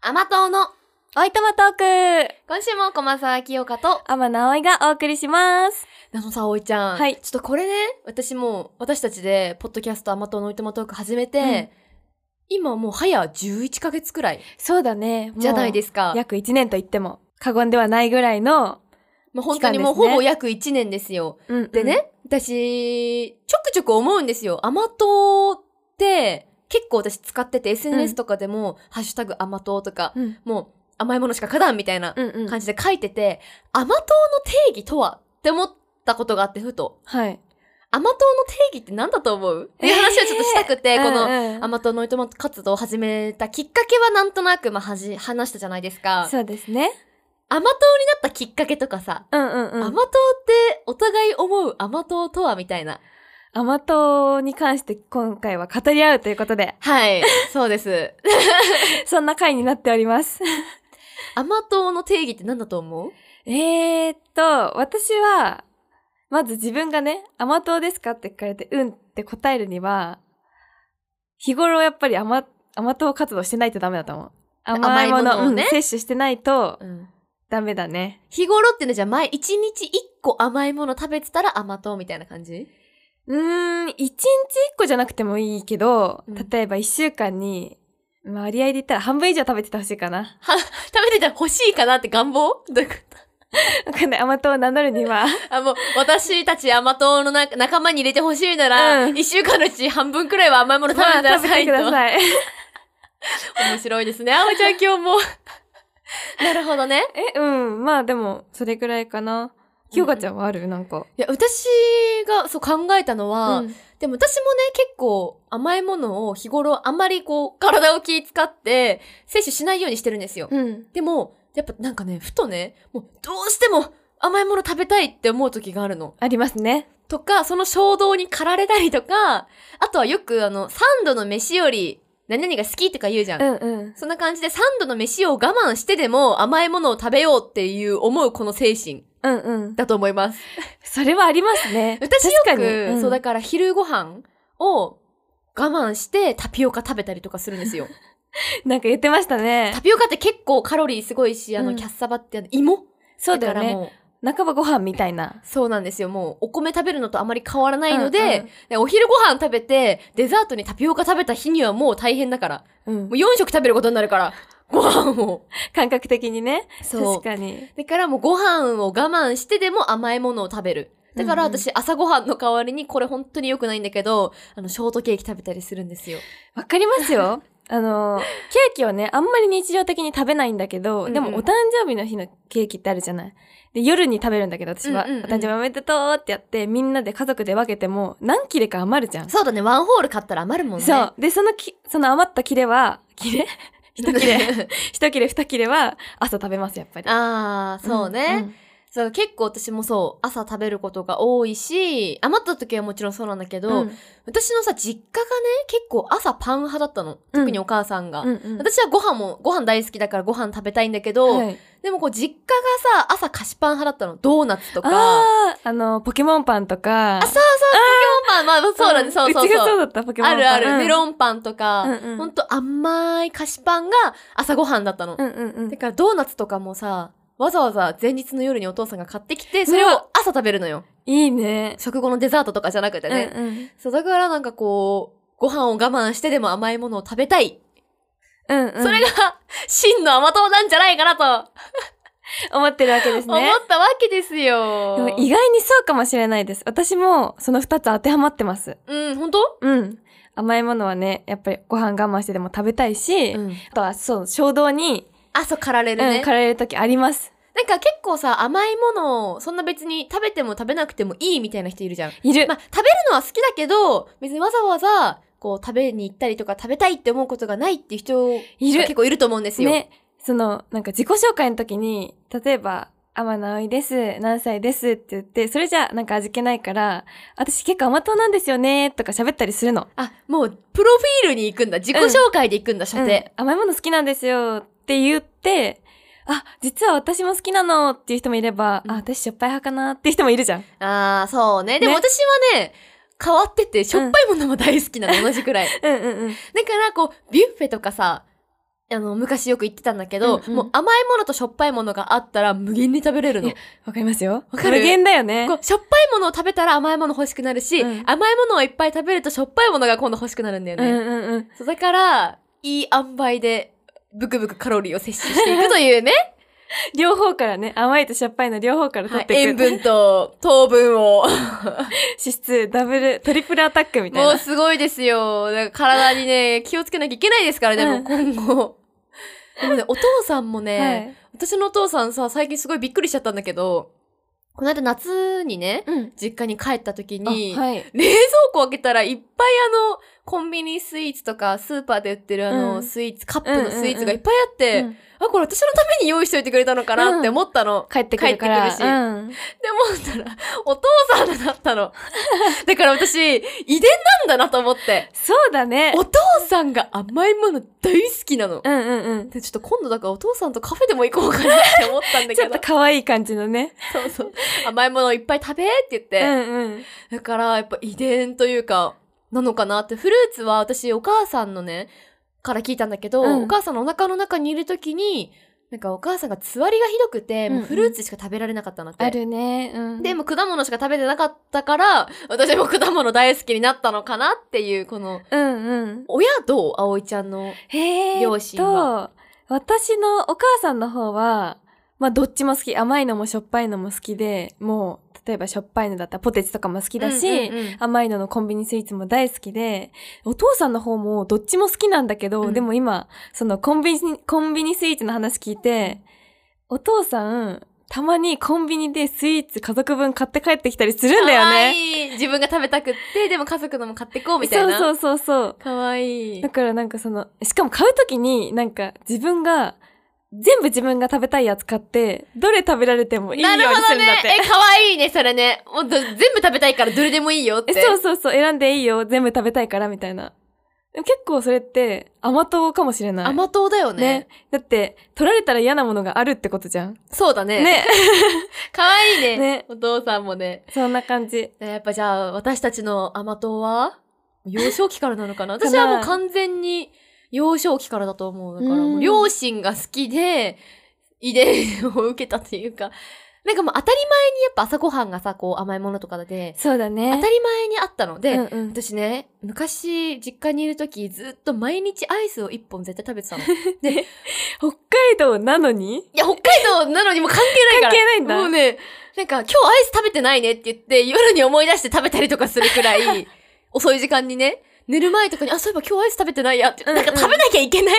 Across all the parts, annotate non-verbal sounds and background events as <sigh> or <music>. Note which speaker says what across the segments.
Speaker 1: 甘党の
Speaker 2: おいとまトーク
Speaker 1: 今週も駒沢清香と
Speaker 2: 天野葵がお送りします。
Speaker 1: なのさおいちゃん、
Speaker 2: はい
Speaker 1: ちょっとこれね私もう私たちでポッドキャスト甘党のおいとまトーク始めて、
Speaker 2: うん
Speaker 1: 今もう早11ヶ月くらい
Speaker 2: そうだね。
Speaker 1: じゃないですすか、
Speaker 2: 約1年と言っても過言ではないぐらいの、
Speaker 1: まあ、本当にもう
Speaker 2: 期間です
Speaker 1: ほ
Speaker 2: ね
Speaker 1: ぼ約1年ですよ
Speaker 2: うんうん
Speaker 1: で、ね、私ちょくちょく思うんですよ甘党って結構私使ってて SNS とかでも、ハッシュタグ甘党とか、
Speaker 2: うん、
Speaker 1: もう甘いものしか勝たんみたいな
Speaker 2: うんうん
Speaker 1: 感じで書いてて、甘党の定義とはって思ったことがあってふと。
Speaker 2: はい。
Speaker 1: 甘党の定義って何だと思うっていう話をちょっとしたくて、この
Speaker 2: の
Speaker 1: 甘党の糸ま活動を始めたきっかけはなんとなく、まあ、はじ、話したじゃないですか。
Speaker 2: そうですね。
Speaker 1: 甘党になったきっかけとかさ、
Speaker 2: うんうんうん。
Speaker 1: 甘党ってお互い思う甘党とはみたいな。
Speaker 2: 甘党に関して今回は語り合うということで、
Speaker 1: はい、そう <laughs> です。
Speaker 2: そんな回になっております。
Speaker 1: 甘党の定義って何だと思う
Speaker 2: えーっと、私は、まず自分がね、甘党ですかって聞かれて、うんって答えるには、日頃やっぱり甘、甘党活動してないとダメだと思う。甘いもの
Speaker 1: 甘いものをね
Speaker 2: うん摂取してないと
Speaker 1: うん。
Speaker 2: ダメだね。
Speaker 1: 日頃っていうのはじゃあ毎一日一個甘いもの食べてたら甘党みたいな感じ
Speaker 2: うーん、一日一個じゃなくてもいいけど、
Speaker 1: うん
Speaker 2: 例えば一週間に、まあ割合で言ったら半分以上食べててほしいかな。
Speaker 1: 食べてたら欲しいかなって願望どういうこと
Speaker 2: わかんない。甘党を名乗るに
Speaker 1: <laughs>
Speaker 2: は。
Speaker 1: あ、もう、私たち甘党のな仲間に入れてほしいなら、
Speaker 2: う
Speaker 1: 一、
Speaker 2: ん
Speaker 1: 週間のうち半分くらいは甘いもの食べてくだ
Speaker 2: まあ
Speaker 1: さいと。
Speaker 2: さい。
Speaker 1: 面白いですね。あおちゃん今日も。 <laughs> なるほどね。
Speaker 2: え、うん。まあでも、それくらいかな。ひよかちゃんはあるなんか。
Speaker 1: いや、私がそう考えたのは、
Speaker 2: うん
Speaker 1: でも私もね、結構甘いものを日頃あんまりこう、体を気遣って摂取しないようにしてるんですよ。
Speaker 2: うん。
Speaker 1: でも、やっぱなんかね、ふとね、もうどうしても甘いもの食べたいって思う時があるの。
Speaker 2: ありますね。
Speaker 1: とか、その衝動に駆られたりとか、あとはよくあの、三度の飯より何々が好きとか言うじゃん。
Speaker 2: うんうん。
Speaker 1: そんな感じで三度の飯を我慢してでも甘いものを食べようっていう思うこの精神
Speaker 2: うんうん。
Speaker 1: だと思います。
Speaker 2: それはありますね。
Speaker 1: <laughs> 私よ
Speaker 2: 確
Speaker 1: く、
Speaker 2: かにん
Speaker 1: そうだから昼ご飯を我慢してタピオカ食べたりとかするん
Speaker 2: <laughs>
Speaker 1: ですよ。
Speaker 2: なんか言ってましたね
Speaker 1: タ。ピオカって結構カロリーすごいし、あの、
Speaker 2: うん
Speaker 1: キャッサバってあの芋
Speaker 2: そうだよ
Speaker 1: から
Speaker 2: ね。
Speaker 1: もう
Speaker 2: 半ばご飯みたいな。
Speaker 1: そうなんですよ。もう、お米食べるのとあまり変わらないので、
Speaker 2: うんうん
Speaker 1: でお昼ご飯食べて、デザートにタピオカ食べた日にはもう大変だから。
Speaker 2: うん
Speaker 1: もう。4食食べることになるから。ご飯を。
Speaker 2: 感覚的にね。
Speaker 1: そ
Speaker 2: 確
Speaker 1: う。
Speaker 2: かに。
Speaker 1: だからもうご飯を我慢してでも甘いものを食べる。だから
Speaker 2: うんうん
Speaker 1: 私、朝ご飯の代わりに、これ本当に良くないんだけど、あの、ショートケーキ食べたりするんですよ。
Speaker 2: わかりますよ。 <laughs> あの、ケーキをね、あんまり日常的に食べないんだけど、で
Speaker 1: うん
Speaker 2: も
Speaker 1: うん
Speaker 2: お誕生日の日のケーキってあるじゃない。で、夜に食べるんだけど、私は、
Speaker 1: うんうんうん
Speaker 2: お誕生日おめでとうってやって、みんなで家族で分けても、何切れか余るじゃん。
Speaker 1: そうだね、ワンホール買ったら余るもんね。
Speaker 2: そう。で、そのき、その余った切れは、切れ <laughs> 一切れ、一切れ二切れは、朝食べます、やっぱり。
Speaker 1: <laughs> あー、そうね。
Speaker 2: ん。
Speaker 1: そう結構私もそう、朝食べることが多いし、余った時はもちろんそうなんだけど、
Speaker 2: うん
Speaker 1: 私のさ、実家がね、結構朝パン派だったの。
Speaker 2: うん
Speaker 1: 特にお母さんが。
Speaker 2: うんうん
Speaker 1: 私はご飯も、ご飯大好きだからご飯食べたいんだけど、
Speaker 2: はい、
Speaker 1: でもこう実家がさ、朝菓子パン派だったの。ドーナツとか。あ
Speaker 2: ああ、あの、ポケモンパンとか。
Speaker 1: あそうパン、まあまあそうだね、そうそう
Speaker 2: ちがそ
Speaker 1: そ
Speaker 2: う
Speaker 1: う。
Speaker 2: だった、ポケモンパ
Speaker 1: あ
Speaker 2: ン。
Speaker 1: るある、メ
Speaker 2: ン。
Speaker 1: ロンパンとか、
Speaker 2: うんうん
Speaker 1: ほんと甘い菓子パンが朝ご飯だったの。
Speaker 2: うんうんうん
Speaker 1: だ。からドーナツとかもさ、わざわざ前日の夜にお父さんが買ってきて、それを朝食べるのよ。
Speaker 2: いいね。
Speaker 1: 食後のデザートとかじゃなくてね。
Speaker 2: うんうん
Speaker 1: そう、だからなんかこう、ご飯を我慢してでも甘いものを食べたい。
Speaker 2: うんうん。
Speaker 1: それが、真の甘党なんじゃないかなと、
Speaker 2: 思ってるわけです
Speaker 1: 思っ
Speaker 2: ね。
Speaker 1: たわけです
Speaker 2: で
Speaker 1: よ。
Speaker 2: も意外にそうかもしれないです。私もその二つ当てはまってます。
Speaker 1: うん、本当
Speaker 2: うん。甘いものはね、やっぱりご飯我慢してでも食べたいし、
Speaker 1: うん。
Speaker 2: あとはそう、衝動に、
Speaker 1: あ、そう、駆られる
Speaker 2: うん、
Speaker 1: ね、
Speaker 2: 駆られる時あります。
Speaker 1: なんか結構さ、甘いものを、そんな別に食べても食べなくてもいいみたいな人いるじゃん。
Speaker 2: いる。
Speaker 1: まあ、食べるのは好きだけど、別にわざわざ、こう、食べに行ったりとか食べたいって思うことがないっていう人が
Speaker 2: いる
Speaker 1: 結構いると思うんですよ。
Speaker 2: ね、その、なんか自己紹介の時に、例えば、天野葵です、何歳ですって言って、それじゃなんか味気ないから、私結構甘党なんですよね、とか喋ったりするの。
Speaker 1: あ、もう、プロフィールに行くんだ。自己紹介で行くんだ、射程。
Speaker 2: うん甘いもの好きなんですよって言って、あ、実は私も好きなのっていう人もいれば、
Speaker 1: うん
Speaker 2: あ、私しょっぱい派かなっていう人もいるじゃん。
Speaker 1: ああ、そうね。でも
Speaker 2: ね
Speaker 1: 私はね、変わってて、しょっぱいものも大好きなの、同じくらい。
Speaker 2: うんうんうん。
Speaker 1: だから、こう、ビュッフェとかさ、あの、昔よく言ってたんだけど、
Speaker 2: うんうん
Speaker 1: もう甘いものとしょっぱいものがあったら無限に食べれるの。
Speaker 2: いやわかりますよ。
Speaker 1: わかる
Speaker 2: 無限だよね。
Speaker 1: こうしょっぱいものを食べたら甘いもの欲しくなるし、
Speaker 2: うん
Speaker 1: 甘いものをいっぱい食べるとしょっぱいものが今度欲しくなるんだよ
Speaker 2: うん
Speaker 1: ね。
Speaker 2: うんうん。
Speaker 1: そうだから、いい塩梅で、ブクブクカロリーを摂取していくと
Speaker 2: <laughs>
Speaker 1: いうね、
Speaker 2: 両方からね、甘いとしょっぱいの両方から取
Speaker 1: は
Speaker 2: っ
Speaker 1: い
Speaker 2: ていく。
Speaker 1: 塩分と糖分を。
Speaker 2: 脂質、ダブル、トリプルアタッ <laughs> クみたい
Speaker 1: もう
Speaker 2: な。
Speaker 1: すごいですよ。だから体にね、気をつけなきゃいけないですからね、
Speaker 2: う
Speaker 1: もうん今後。でもね、お父さんもね、
Speaker 2: はい。
Speaker 1: 私のお父さんさ、最近すごいびっくりしちゃったんだけど、この間夏にね、
Speaker 2: うん。
Speaker 1: 実家に帰った時
Speaker 2: あ
Speaker 1: に、
Speaker 2: はい。
Speaker 1: 冷蔵庫開けたらいっぱいあの、コンビニスイーツとか、スーパーで売ってるあの、
Speaker 2: うん
Speaker 1: スイーツ、カップのスイーツがいっぱいあっ
Speaker 2: う
Speaker 1: て、
Speaker 2: ん
Speaker 1: あ、これ私のために用意しといてくれたのかなって思ったの。
Speaker 2: 帰ってくるから。
Speaker 1: 帰ってくるし
Speaker 2: うん
Speaker 1: で、思ったら、お父さんだった
Speaker 2: <laughs>
Speaker 1: の。だから私、遺伝なんだなと思って。
Speaker 2: そうだね。
Speaker 1: お父さんが甘いもの大好きなの。
Speaker 2: うんうんうん。
Speaker 1: でちょっと今度だからお父さんとカフェでも行こうかなって思ったんだ
Speaker 2: ちょ
Speaker 1: け
Speaker 2: <laughs> っ
Speaker 1: ど
Speaker 2: と。可愛い感じのね。
Speaker 1: そうそう。甘いものをいっぱい食べって言っ
Speaker 2: うん
Speaker 1: て。
Speaker 2: うん。
Speaker 1: だからやっぱ遺伝というか、なのかなって。フルーツは私お母さんのね、から聞いたんだけど、
Speaker 2: うん
Speaker 1: お母さんのお腹の中にいる時に、なんかお母さんがつわりがひどくて、もうフルーツしか食べられなかったなって。
Speaker 2: あるね。うん。
Speaker 1: でも果物しか食べてなかったから、私も果物大好きになったのかなっていう、この、
Speaker 2: うんうん。
Speaker 1: 親どう葵ちゃんの。
Speaker 2: へえ。
Speaker 1: 両親は
Speaker 2: と、私のお母さんの方は、まあどっちも好き。甘いのもしょっぱいのも好きで、もう、例えばしょっぱいのだったらポテチとかも好きだし、
Speaker 1: うんうんうん
Speaker 2: 甘いののコンビニスイーツも大好きで、お父さんの方もどっちも好きなんだけど、
Speaker 1: うん
Speaker 2: でも今、そのコンビニ、コンビニスイーツの話聞いて、お父さん、たまにコンビニでスイーツ家族分買って帰ってきたりするんだよ
Speaker 1: かわ
Speaker 2: ね。
Speaker 1: いい自分が食べたくって、でも家族のも買ってこうみたい
Speaker 2: そう
Speaker 1: な。
Speaker 2: そううそうそう。
Speaker 1: かわいい
Speaker 2: だ。からなんかその、しかも買うときになんか自分が、全部自分が食べたいやつ買って、どれ食べられてもいいよう
Speaker 1: な
Speaker 2: に
Speaker 1: るほ
Speaker 2: す
Speaker 1: ど
Speaker 2: るんだ
Speaker 1: ね
Speaker 2: っ。て。
Speaker 1: え、かわいいね、それね。もうど全部食べたいからどれでもいいよっ
Speaker 2: え
Speaker 1: て。
Speaker 2: そうそうそう、選んでいいよ、全部食べたいから、みたいな。でも結構それって甘党かもしれない。
Speaker 1: 甘党だよ
Speaker 2: ね
Speaker 1: ね。
Speaker 2: だって、取られたら嫌なものがあるってことじゃん。
Speaker 1: そうだね。
Speaker 2: ね。 <laughs>
Speaker 1: かわいいね。
Speaker 2: ね
Speaker 1: お父さんもね。
Speaker 2: そんな感じ。
Speaker 1: ねやっぱじゃあ、私たちの甘党は、幼少期からなのかな私はもう完全に幼少期からだと思う。だから、
Speaker 2: うん
Speaker 1: もう両親が好きで、遺伝を受けたっていうか、なんかもう当たり前にやっぱ朝ごはんがさ、こう甘いものとかで、
Speaker 2: そうだ
Speaker 1: 当
Speaker 2: ね
Speaker 1: たり前にあったので、
Speaker 2: うんうん。
Speaker 1: 私ね、昔、実家にいるとき、ずっと毎日アイスを一本絶対食べてたの。い
Speaker 2: 北海道なのに
Speaker 1: や、北海道なのにもう関係ないから。
Speaker 2: 関係ないんだ
Speaker 1: もうね、なんか、今日アイス食べてないねって言って、夜に思い出して食べたりとかするくら
Speaker 2: <laughs>
Speaker 1: い、遅い時間にね、寝る前とかに、あ、そういえば今日アイス食べてないやって、
Speaker 2: うんうん
Speaker 1: なんか食べなきゃいけない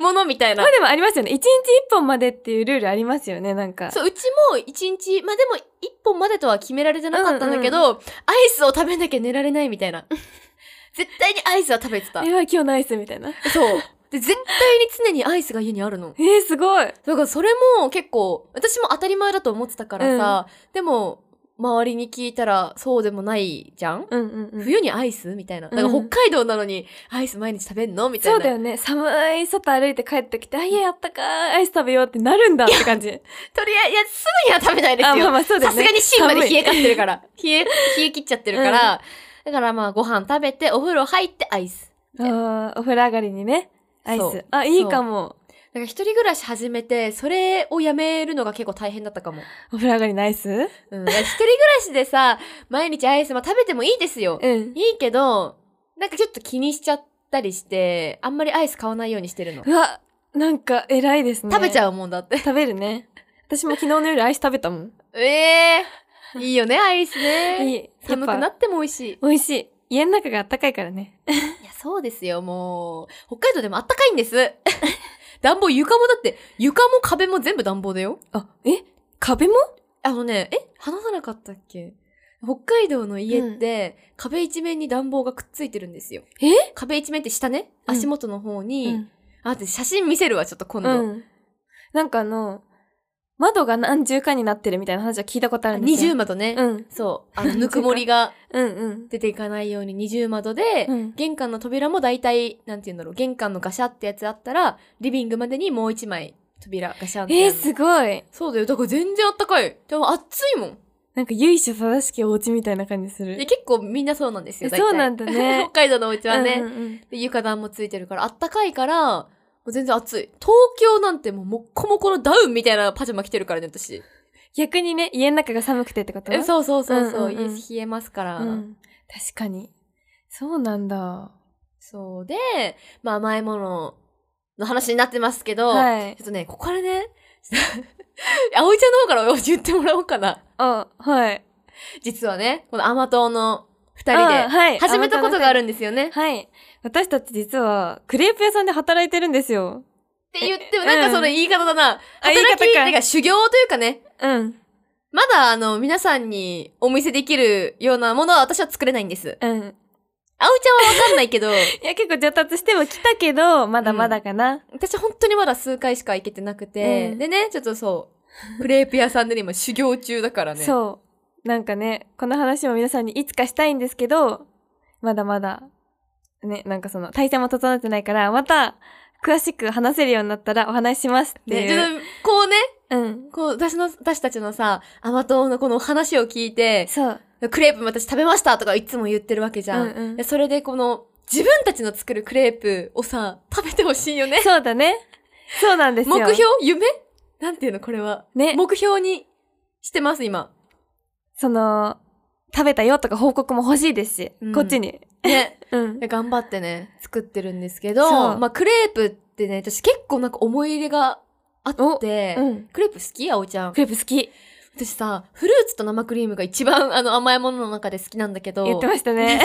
Speaker 1: ものみたいな
Speaker 2: まあ。でもありますよね。1日1本までっていうルールありますよね、なんか。
Speaker 1: そう、うちも一日、まあでも一本までとは決められてなかったんだけど、アイスを食べなきゃ寝られないみたいな。絶対にアイスは食べてた
Speaker 2: え。わ、今日ナイスみたいな。え
Speaker 1: そう。で、絶対に常にアイスが家にあるの。
Speaker 2: ー、すごい。
Speaker 1: だからそれも結構、私も当たり前だと思ってたからさ、でも、周りに聞いたらそうでもないじゃん
Speaker 2: うんうんうん。
Speaker 1: 冬にアイスみたいな。だから
Speaker 2: うん
Speaker 1: 北海道なのに、アイス毎日食べんのみたいな。
Speaker 2: そうだよね。寒い外歩いて帰ってきて、あ、いや、あったかいアイス食べようってなるんだって感じ。
Speaker 1: とりあえず、いや、すぐには食べないです
Speaker 2: あ、まあ
Speaker 1: よ。
Speaker 2: まあそうだ
Speaker 1: さ
Speaker 2: よ
Speaker 1: すが
Speaker 2: ね。
Speaker 1: に芯まで冷えか
Speaker 2: 寒い
Speaker 1: ってるから。冷 <laughs> え、冷え切っちゃってるから。だからまあ、ご飯食べて、お風呂入ってアイス。
Speaker 2: あーお風呂上がりにね、アイ
Speaker 1: そう
Speaker 2: ス。あ、いいかも。
Speaker 1: だから一人暮らし始めて、それをやめるのが結構大変だったかも。
Speaker 2: お風呂上がりのアイス
Speaker 1: うん。だから一人暮らしでさ、毎日アイスも食べてもいいですよ。
Speaker 2: うん。
Speaker 1: いいけど、なんかちょっと気にしちゃったりして、あんまりアイス買わないようにしてるの。
Speaker 2: うわ、なんか偉いですね。
Speaker 1: 食べち
Speaker 2: う。
Speaker 1: ゃうもんだって。
Speaker 2: 食べるね。私も昨日の夜アイス食べたもん。
Speaker 1: ええ <laughs> いいよね、アイスね。
Speaker 2: いい。
Speaker 1: 寒く
Speaker 2: や
Speaker 1: な
Speaker 2: っぱ
Speaker 1: っても美味しい。
Speaker 2: 美味しい。家の中が暖かいからね。
Speaker 1: いや、そうですよ、もう。北海道でもあったかいん <laughs> です。暖房、床もだって、床も壁も全部暖房だよ。
Speaker 2: あ、え壁も
Speaker 1: あのね、え話さなかったっけ北海道の家って、壁一面に暖房がくっついてるんですよ。
Speaker 2: え
Speaker 1: 壁一面って下ね、
Speaker 2: うん
Speaker 1: 足元の方
Speaker 2: い
Speaker 1: に、あ、私写真見せるわ、ちょっと今
Speaker 2: う
Speaker 1: 度。
Speaker 2: ん。なんかあの、窓が何重かになってるみたいな話は聞いたことあるんで
Speaker 1: 二
Speaker 2: す
Speaker 1: 重
Speaker 2: よ。
Speaker 1: 窓ね。
Speaker 2: うん。
Speaker 1: そう。 <laughs> あの、ぬくもりが
Speaker 2: うんうん。
Speaker 1: 出ていかないように二重窓で、
Speaker 2: うん
Speaker 1: 玄関の扉も大体、なんて言うんだろう、玄関のガシャってやつあったら、リビングまでにもう一枚扉ガシャンって
Speaker 2: え
Speaker 1: や
Speaker 2: ー、
Speaker 1: るの。
Speaker 2: すごい。
Speaker 1: そうだよ。だから全然あったかい。でも暑いもん。
Speaker 2: なんか由緒正しきお家みたいな感じす
Speaker 1: で
Speaker 2: る。
Speaker 1: 結構みんなそうなんですよ、
Speaker 2: え
Speaker 1: 大体。 <laughs>
Speaker 2: そうなんだね
Speaker 1: 北海道のお家はね、
Speaker 2: うんうんうん
Speaker 1: で床暖もついてるから、あったかいから、う全然暑い。東京なんてもうもっこもこのダウンみたいなパジャマ着てるからね、私。
Speaker 2: 逆にね、家の中が寒くてってこと
Speaker 1: えそうそうそうそう、
Speaker 2: うんうんうん
Speaker 1: 冷えますから、
Speaker 2: うん確かに。そうなんだ。
Speaker 1: そうで、まあ甘いものの話になってますけど、
Speaker 2: はい
Speaker 1: ちょっとね、ここからね、 <laughs> 葵ちゃんの方から言ってもらおうかな。
Speaker 2: あ、はい。
Speaker 1: 実はね、この甘党の二人
Speaker 2: あ
Speaker 1: で
Speaker 2: はい。
Speaker 1: 始めたことがあるん
Speaker 2: で
Speaker 1: ですよね。っ
Speaker 2: はい。私たち実は、クレープ屋さんで働いてるんですよ。
Speaker 1: て言っても、
Speaker 2: うん
Speaker 1: なんかその言い方だな。
Speaker 2: あ言い
Speaker 1: 働
Speaker 2: 方
Speaker 1: き、
Speaker 2: か
Speaker 1: なんか修行というかね、
Speaker 2: うん。
Speaker 1: まだあの、皆さんにお見せできるようなものは私は作れないんです。
Speaker 2: うん。
Speaker 1: 葵ちゃんはわかんないけ
Speaker 2: <laughs>
Speaker 1: ど、
Speaker 2: いや、結構上達しても来たけど、まだまだかな。
Speaker 1: 私本当にまだ数回しか行けてなくて、
Speaker 2: うん
Speaker 1: でね、ちょっとそう、クレープ屋さんでね、今修行中だからね。
Speaker 2: そう。なんかね、この話も皆さんにいつかしたいんですけど、まだまだ、ね、なんかその、体制も整ってないから、また、詳しく話せるようになったらお話ししますって
Speaker 1: ね、
Speaker 2: い
Speaker 1: ちょ
Speaker 2: う。
Speaker 1: っとこうね、
Speaker 2: うん。
Speaker 1: こう、私の、私たちのさ、甘党のこの話を聞いて、
Speaker 2: そう。
Speaker 1: クレープも私食べましたとかいつも言ってるわけじゃん。
Speaker 2: うんうん
Speaker 1: でそれでこの、自分たちの作るクレープをさ、食べてほしいよね。
Speaker 2: そうだね。そうなんですよ。
Speaker 1: 目標夢なんていうのこれは。
Speaker 2: ね。
Speaker 1: 目標にしてます、今。
Speaker 2: その、食べたよとか報告も欲しいですし、
Speaker 1: うん
Speaker 2: こっちに。
Speaker 1: ね。
Speaker 2: う
Speaker 1: <laughs>
Speaker 2: ん
Speaker 1: で。頑張ってね、作ってるんですけど、
Speaker 2: そう
Speaker 1: まあ、クレープってね、私結構なんか思い入れがあって、
Speaker 2: うん。
Speaker 1: クレープ好き青ちゃん
Speaker 2: ク。レープ好き。
Speaker 1: 私さ、フルーツと生クリームが一番あの甘いものの中で好きなんだけど、
Speaker 2: 言ってましたね。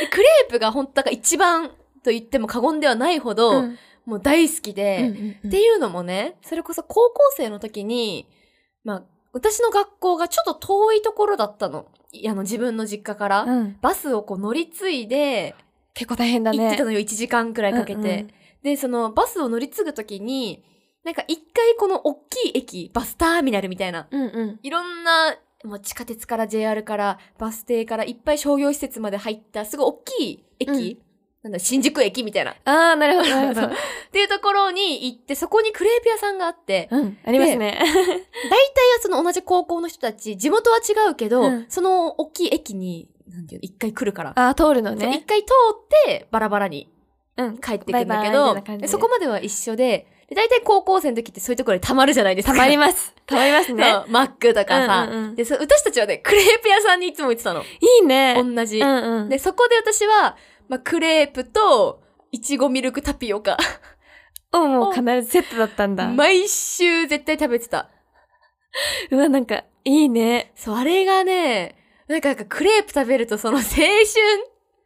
Speaker 1: でクレープが本当だから一番と言っても過言ではないほど、
Speaker 2: うん
Speaker 1: もう大好き
Speaker 2: うん
Speaker 1: で、
Speaker 2: うんうん
Speaker 1: っていうのもね、それこそ高校生の時に、まあ、私の学校がちょっと遠いところだったの。いあの、自分の実家から。
Speaker 2: うん
Speaker 1: バスをこう乗り継いで、
Speaker 2: 結構大変だね。
Speaker 1: 行ってたのよ、1時間くらいかけて。
Speaker 2: うんうん
Speaker 1: で、そのバスを乗り継ぐ時に、なんか一回この大きい駅、バスターミナルみたいな、
Speaker 2: うんうん。
Speaker 1: いろんな、まあ、地下鉄から JR からバス停からいっぱい商業施設まで入ったすごい大きい駅、
Speaker 2: うん
Speaker 1: なんだ新宿駅みたいなっ
Speaker 2: ああ、なるほど、なるほ
Speaker 1: そう
Speaker 2: ど。
Speaker 1: ていうところに行ってそこにクレープ屋さんがあって大体
Speaker 2: うん、ありますね。
Speaker 1: はその同じ高校の人たち地元は違うけど、
Speaker 2: うん
Speaker 1: その大きい駅になんていうの一回来るから。
Speaker 2: ああ、通るの
Speaker 1: そう一
Speaker 2: ね。
Speaker 1: 回通ってバラバラに
Speaker 2: うん。 <laughs>
Speaker 1: 帰っていくんだけ
Speaker 2: バイバイみたい
Speaker 1: ど
Speaker 2: な感じで
Speaker 1: でそこまでは一緒でで大体高校生の時ってそういうところに溜まるじゃないです
Speaker 2: た
Speaker 1: か。
Speaker 2: まります。たまりま
Speaker 1: <laughs>
Speaker 2: すね。
Speaker 1: そうマックとかさ、
Speaker 2: うんうんうん
Speaker 1: でそう私たちはねクレープ屋さんにいつも行ってたの。
Speaker 2: いいね。
Speaker 1: 同じ。
Speaker 2: うんうん。
Speaker 1: で、そこで私は、まあ、クレープと、いちごミルクタピオカ。
Speaker 2: おもう必ずセットだったんだ。
Speaker 1: 毎週絶対食べてた。
Speaker 2: うわ、なんか、いいね。
Speaker 1: そう、あれがね、なんかなんかクレープ食べるとその青春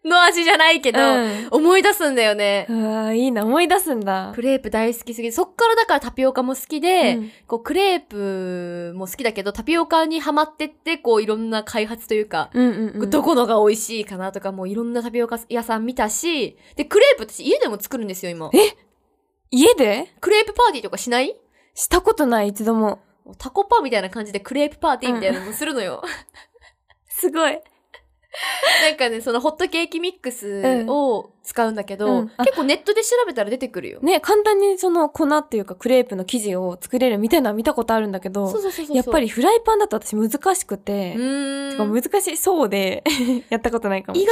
Speaker 1: の味じゃないけ
Speaker 2: う
Speaker 1: ど、
Speaker 2: ん。
Speaker 1: 思い出すんだよね。
Speaker 2: うわ、いいな。思い出すんだ
Speaker 1: ク。レープ大好きすぎて、そっからだからタピオカも好きで、
Speaker 2: うん
Speaker 1: こうクレープも好きだけど、タピオカにハマってって、こういろんな開発というか、
Speaker 2: うんうんうん。
Speaker 1: どこのが美味しいかなとか、もういろんなタピオカ屋さん見たし、で、クレープ私家でも作るんですよ、今。
Speaker 2: 家で
Speaker 1: クレープパーティーとかしない
Speaker 2: したことない、一度も。
Speaker 1: もうタコパみたいな感じでクレープパーティーみたいなのもするのよ。 <laughs>
Speaker 2: すごい。
Speaker 1: なんかね、そのホットケーキミックスを使うんだけど、
Speaker 2: うんあ
Speaker 1: 結構ネットで調べたら出てくるよ。
Speaker 2: ね、簡単にその粉っていうかクレープの生地を作れるみたいなのは見たことあるんだけど、
Speaker 1: そうそうそうそう。
Speaker 2: やっぱ。りフライパンだと私難しく
Speaker 1: う
Speaker 2: て、て
Speaker 1: ー
Speaker 2: か
Speaker 1: ん。意外
Speaker 2: 難しそうで、 <laughs> やったことないかも。
Speaker 1: 意と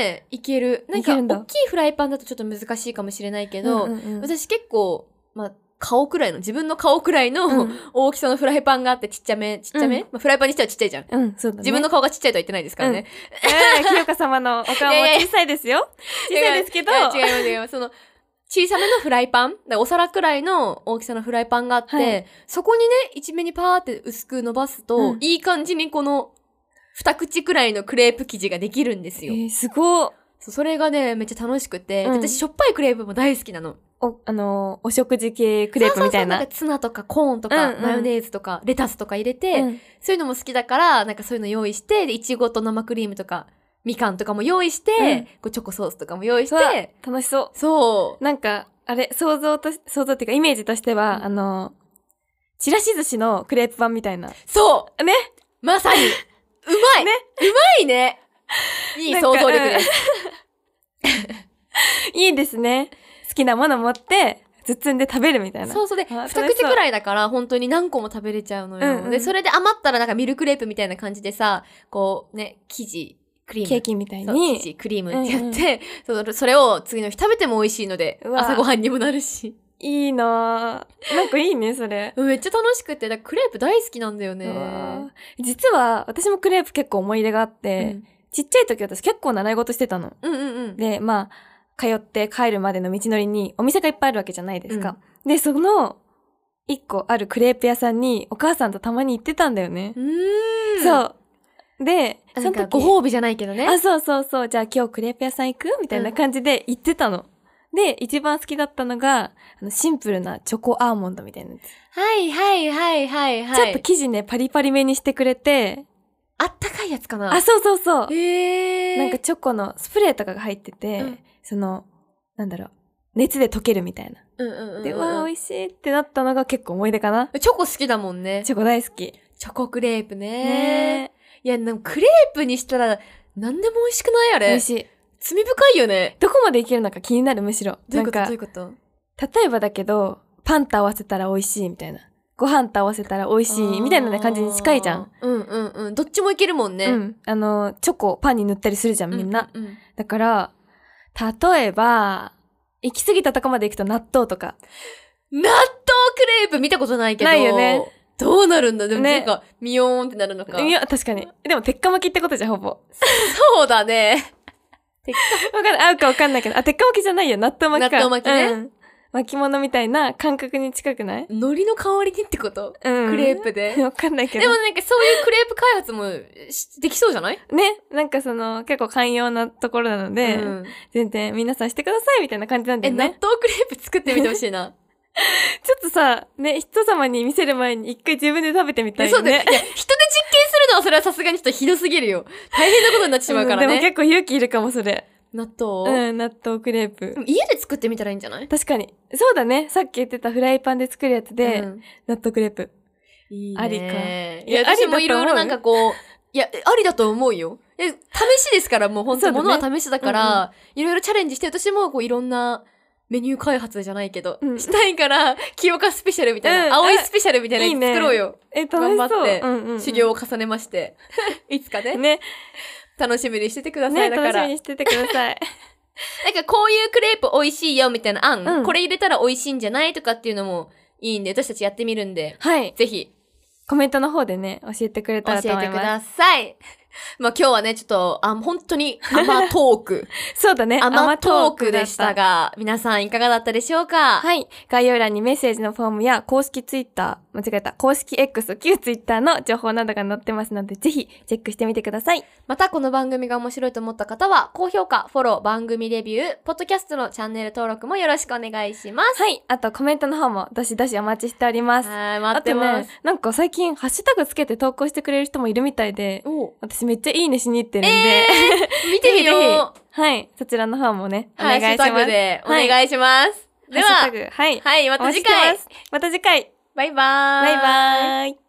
Speaker 1: ね、いける。なん
Speaker 2: いけ
Speaker 1: か、
Speaker 2: るんだ
Speaker 1: 大きいフライパンだとちょっと難しいかもしれないけど、
Speaker 2: うんうんうん
Speaker 1: 私結構、まあ、顔くらいの、自分の顔くらいの、
Speaker 2: うん
Speaker 1: 大きさのフライパンがあってちっちゃめ、ちっちゃめ、
Speaker 2: うん
Speaker 1: まあ、フライパンにしてはちっちゃいじゃん。
Speaker 2: うん、そうだね。
Speaker 1: 自分の顔がちっちゃいとは言ってないですからね。
Speaker 2: <laughs> ええ清香様のお顔も小さいですよ。小さいですけど。
Speaker 1: いや違います違います。その、小さめのフライパン、だからお皿くらいの大きさのフライパンがあって、
Speaker 2: はい
Speaker 1: そこにね、一面にパーって薄く伸ばすと、
Speaker 2: うん
Speaker 1: いい感じにこの、二口くらいのクレープ生地ができるんです
Speaker 2: え
Speaker 1: よ。
Speaker 2: ーすごい。
Speaker 1: そうそれがね、めっちゃ楽しくて、
Speaker 2: うん
Speaker 1: 私しょっぱいクレープも大好きなの。
Speaker 2: お、あのーお食事系クレープみたいな。
Speaker 1: そうそうそうなんかツナとかコーンとか、
Speaker 2: うんうん
Speaker 1: マヨネーズとか、レタスとか入れて、
Speaker 2: うん
Speaker 1: そういうのも好きだから、なんかそういうの用意して、で、いちごと生クリームとか、みかんとかも用意して、
Speaker 2: うん
Speaker 1: こうチョコソースとかも用意し
Speaker 2: うわ
Speaker 1: て、
Speaker 2: 楽しそ
Speaker 1: そう
Speaker 2: う。。なんか、あれ、想像とし、想像っていうかイメージとしては、
Speaker 1: うん
Speaker 2: あのーちらし寿司のクレープ版みたいな。
Speaker 1: そう
Speaker 2: ね
Speaker 1: ま
Speaker 2: <laughs>
Speaker 1: さにうまい
Speaker 2: ね
Speaker 1: うまい <laughs> ねいい
Speaker 2: なん
Speaker 1: 想
Speaker 2: か
Speaker 1: 像力です。
Speaker 2: いいですね。好きなもの持って、包んで食べるみたいな。
Speaker 1: そうそうで、二
Speaker 2: あ
Speaker 1: 口
Speaker 2: それそう
Speaker 1: くらいだから本当に何個も食べれちゃうのよ。
Speaker 2: うんうん
Speaker 1: で、それで余ったらなんかミルクレープみたいな感じでさ、こうね、生地クリーム。
Speaker 2: ケーキみたい
Speaker 1: そう
Speaker 2: に
Speaker 1: 生。地クリームってやって、そのそれを次の日食べても美味しいので
Speaker 2: う、わ
Speaker 1: 朝ごはんにもなるし。
Speaker 2: いいなぁ。なんかいいね、それ。
Speaker 1: めっちゃ楽しくて、だからクレープ大好きなんだよ
Speaker 2: うわ
Speaker 1: ね
Speaker 2: ぁ。実は、私もクレープ結構思い入れがあっ
Speaker 1: う
Speaker 2: て、
Speaker 1: ん
Speaker 2: ちっちゃい時私結構習い事してたの。
Speaker 1: うんうんうん。
Speaker 2: で、まあ、通って帰るまでの道のりにお店がいっぱいあるわけじゃないですか。で、その、一個あるクレープ屋さんにお母さんとたまに行ってたんだよね
Speaker 1: う。ーん。
Speaker 2: そう。で、
Speaker 1: あ。な
Speaker 2: その
Speaker 1: んか
Speaker 2: 時
Speaker 1: ご褒美じゃないけどね。
Speaker 2: あ、そうそうそう。じゃあ今日クレープ屋さん行くみたいな感じで行ってたの。で、一番好きだったのが、あのシンプルなチョコアーモンドみたいなやつ。
Speaker 1: はいはいはいはいはい。
Speaker 2: ちょっと生地ね、パリパリめにしてくれて、
Speaker 1: あったかいやつかな。
Speaker 2: あ、そうそうそう。
Speaker 1: へえ。
Speaker 2: なんか、チョコのスプレーとかが入ってて、
Speaker 1: うん
Speaker 2: その、なんだろう、熱で溶けるみたいな。
Speaker 1: うんうんうんうん。
Speaker 2: で、わあ、美味しいってなったのが結構思い出かな。
Speaker 1: チョコ好きだもんね。
Speaker 2: チョコ大好き。
Speaker 1: チョコクレープね。
Speaker 2: ね
Speaker 1: いや、なんかクレープにしたら、なんでも美味しくないあ
Speaker 2: え。美
Speaker 1: れ。
Speaker 2: 味しい。
Speaker 1: 罪深いよね。
Speaker 2: どこまでいけるのか気になる、むしろ。
Speaker 1: どういうこと
Speaker 2: な
Speaker 1: ど
Speaker 2: ん
Speaker 1: うい
Speaker 2: か
Speaker 1: う、こと
Speaker 2: 例えばだけど、パンと合わせたら美味しいみたいな。ご飯と合わせたら美味しいみたいな感じに近いじゃん。。
Speaker 1: うんうんうん。どっちもいけるもんね。
Speaker 2: うん。あの、チョコ、パンに塗ったりするじゃん、みんな。
Speaker 1: うううん
Speaker 2: だから、例えば、行き過ぎたとこまで行くと納豆とか。
Speaker 1: 納豆クレープ見たことないけど。
Speaker 2: ないよね。
Speaker 1: どうなるんだでもな
Speaker 2: ね
Speaker 1: んか、ミヨーンってなるのか。
Speaker 2: いや、確かに。でも、鉄火巻きってことじゃん、ほぼ。
Speaker 1: そうだね。
Speaker 2: わかんない。合うかわかんないけど。あ、鉄火巻きじゃないよ。納豆巻きか。
Speaker 1: 納豆巻きね
Speaker 2: うん巻き物みたいな感覚に近くない
Speaker 1: 海苔の代わりにってこと
Speaker 2: うん。
Speaker 1: クレープで。
Speaker 2: わかん <laughs> ないけ
Speaker 1: で
Speaker 2: ど
Speaker 1: も。なんかそういうクレープ開発もしできそうじゃない
Speaker 2: ね。なんかその、結構寛容なところなので、
Speaker 1: うん
Speaker 2: 全然皆さんしてくださいみたいな感じなんだ
Speaker 1: え、
Speaker 2: よ
Speaker 1: 納
Speaker 2: ね
Speaker 1: 豆。クレープ作ってみてほしい <laughs> な。
Speaker 2: ちょっとさ、ね、人様に見せる前に一回自分で食べてみたい
Speaker 1: そ
Speaker 2: よ
Speaker 1: うだよ。いや、
Speaker 2: ね。
Speaker 1: 人で実験するのはそれはさすがにちょっとひどすぎるよ。大変なことになってしまうから
Speaker 2: うんで
Speaker 1: ね。
Speaker 2: も結構勇気いるかも、それ。
Speaker 1: 納豆、
Speaker 2: うん、納豆クレープ。
Speaker 1: 家で作ってみたらいいんじゃない
Speaker 2: 確かに。そうだね。さっき言ってたフライパンで作るやつで、
Speaker 1: うん
Speaker 2: 納豆クレープ。
Speaker 1: いいね。
Speaker 2: ありか
Speaker 1: い
Speaker 2: いや
Speaker 1: や、私もいろいろ
Speaker 2: あ
Speaker 1: な
Speaker 2: り
Speaker 1: ん
Speaker 2: だ
Speaker 1: かこう、いや、ありだと思うよ。え、試しですから、もう本当
Speaker 2: そうだね
Speaker 1: 物は試しだから、いろいろチャレンジして、私もこういろんなメニュー開発じゃないけど、
Speaker 2: うん
Speaker 1: したいから、清香スペシャルみたいな、
Speaker 2: うん
Speaker 1: 青いスペシャルみた
Speaker 2: いい
Speaker 1: いな
Speaker 2: ね
Speaker 1: やつ作ろうよ。
Speaker 2: え、楽しそう。
Speaker 1: 頑張って
Speaker 2: うんうんうん
Speaker 1: 修行を重ねま <laughs> して。いつかね、
Speaker 2: ね。
Speaker 1: 楽しみにしててくださ
Speaker 2: ね、
Speaker 1: い。だか
Speaker 2: 楽し
Speaker 1: ら、
Speaker 2: みにしててくだ
Speaker 1: <laughs>
Speaker 2: さい。
Speaker 1: なんかこういうクレープ美味しいよみたいな案、
Speaker 2: うん
Speaker 1: これ入れたら美味しいんじゃないとかっていうのもいいんで、私たちやってみるんで、
Speaker 2: はい。
Speaker 1: ぜひ
Speaker 2: コメントの方でね、教えてくれ
Speaker 1: 教
Speaker 2: たら
Speaker 1: えて
Speaker 2: と思い
Speaker 1: く
Speaker 2: ま
Speaker 1: ださい。まあ今日はね、ちょっと、あ、本当に甘トー
Speaker 2: <laughs>
Speaker 1: ク、
Speaker 2: す。そうだね。
Speaker 1: 甘トークでした
Speaker 2: が。
Speaker 1: が、皆さんいかがだったでしょうか
Speaker 2: はい。概要欄にメッセージのフォームや公式ツイッター、間違えた、公式 X、旧ツイッターの情報などが載ってますので、ぜひチェックしてみてください。
Speaker 1: またこの番組が面白いと思った方は、高評価、フォロー、番組レビュー、ポッドキャストのチャンネル登録もよろしくお願いします。
Speaker 2: はい。あとコメントの方も、どしどしお待ちしております。
Speaker 1: はい、待
Speaker 2: あ
Speaker 1: って
Speaker 2: と
Speaker 1: ま
Speaker 2: ね
Speaker 1: す。、
Speaker 2: なんか最近ハッシュタグつけて投稿してくれる人もいるみたいで、
Speaker 1: お
Speaker 2: 私めっちゃいいねしに行ってるんで、
Speaker 1: 見
Speaker 2: ぜ
Speaker 1: て
Speaker 2: ひ
Speaker 1: み
Speaker 2: ぜ
Speaker 1: よう。
Speaker 2: ひ、はい。そちらの方もね、お願い
Speaker 1: ハッシ
Speaker 2: し
Speaker 1: ュ
Speaker 2: ます。
Speaker 1: タグでお
Speaker 2: はい
Speaker 1: 願いします。で
Speaker 2: ハッシュタ
Speaker 1: は、
Speaker 2: グはい。
Speaker 1: はい、ま
Speaker 2: ま
Speaker 1: た次回。。
Speaker 2: また次回。
Speaker 1: バイバー
Speaker 2: バイバイ。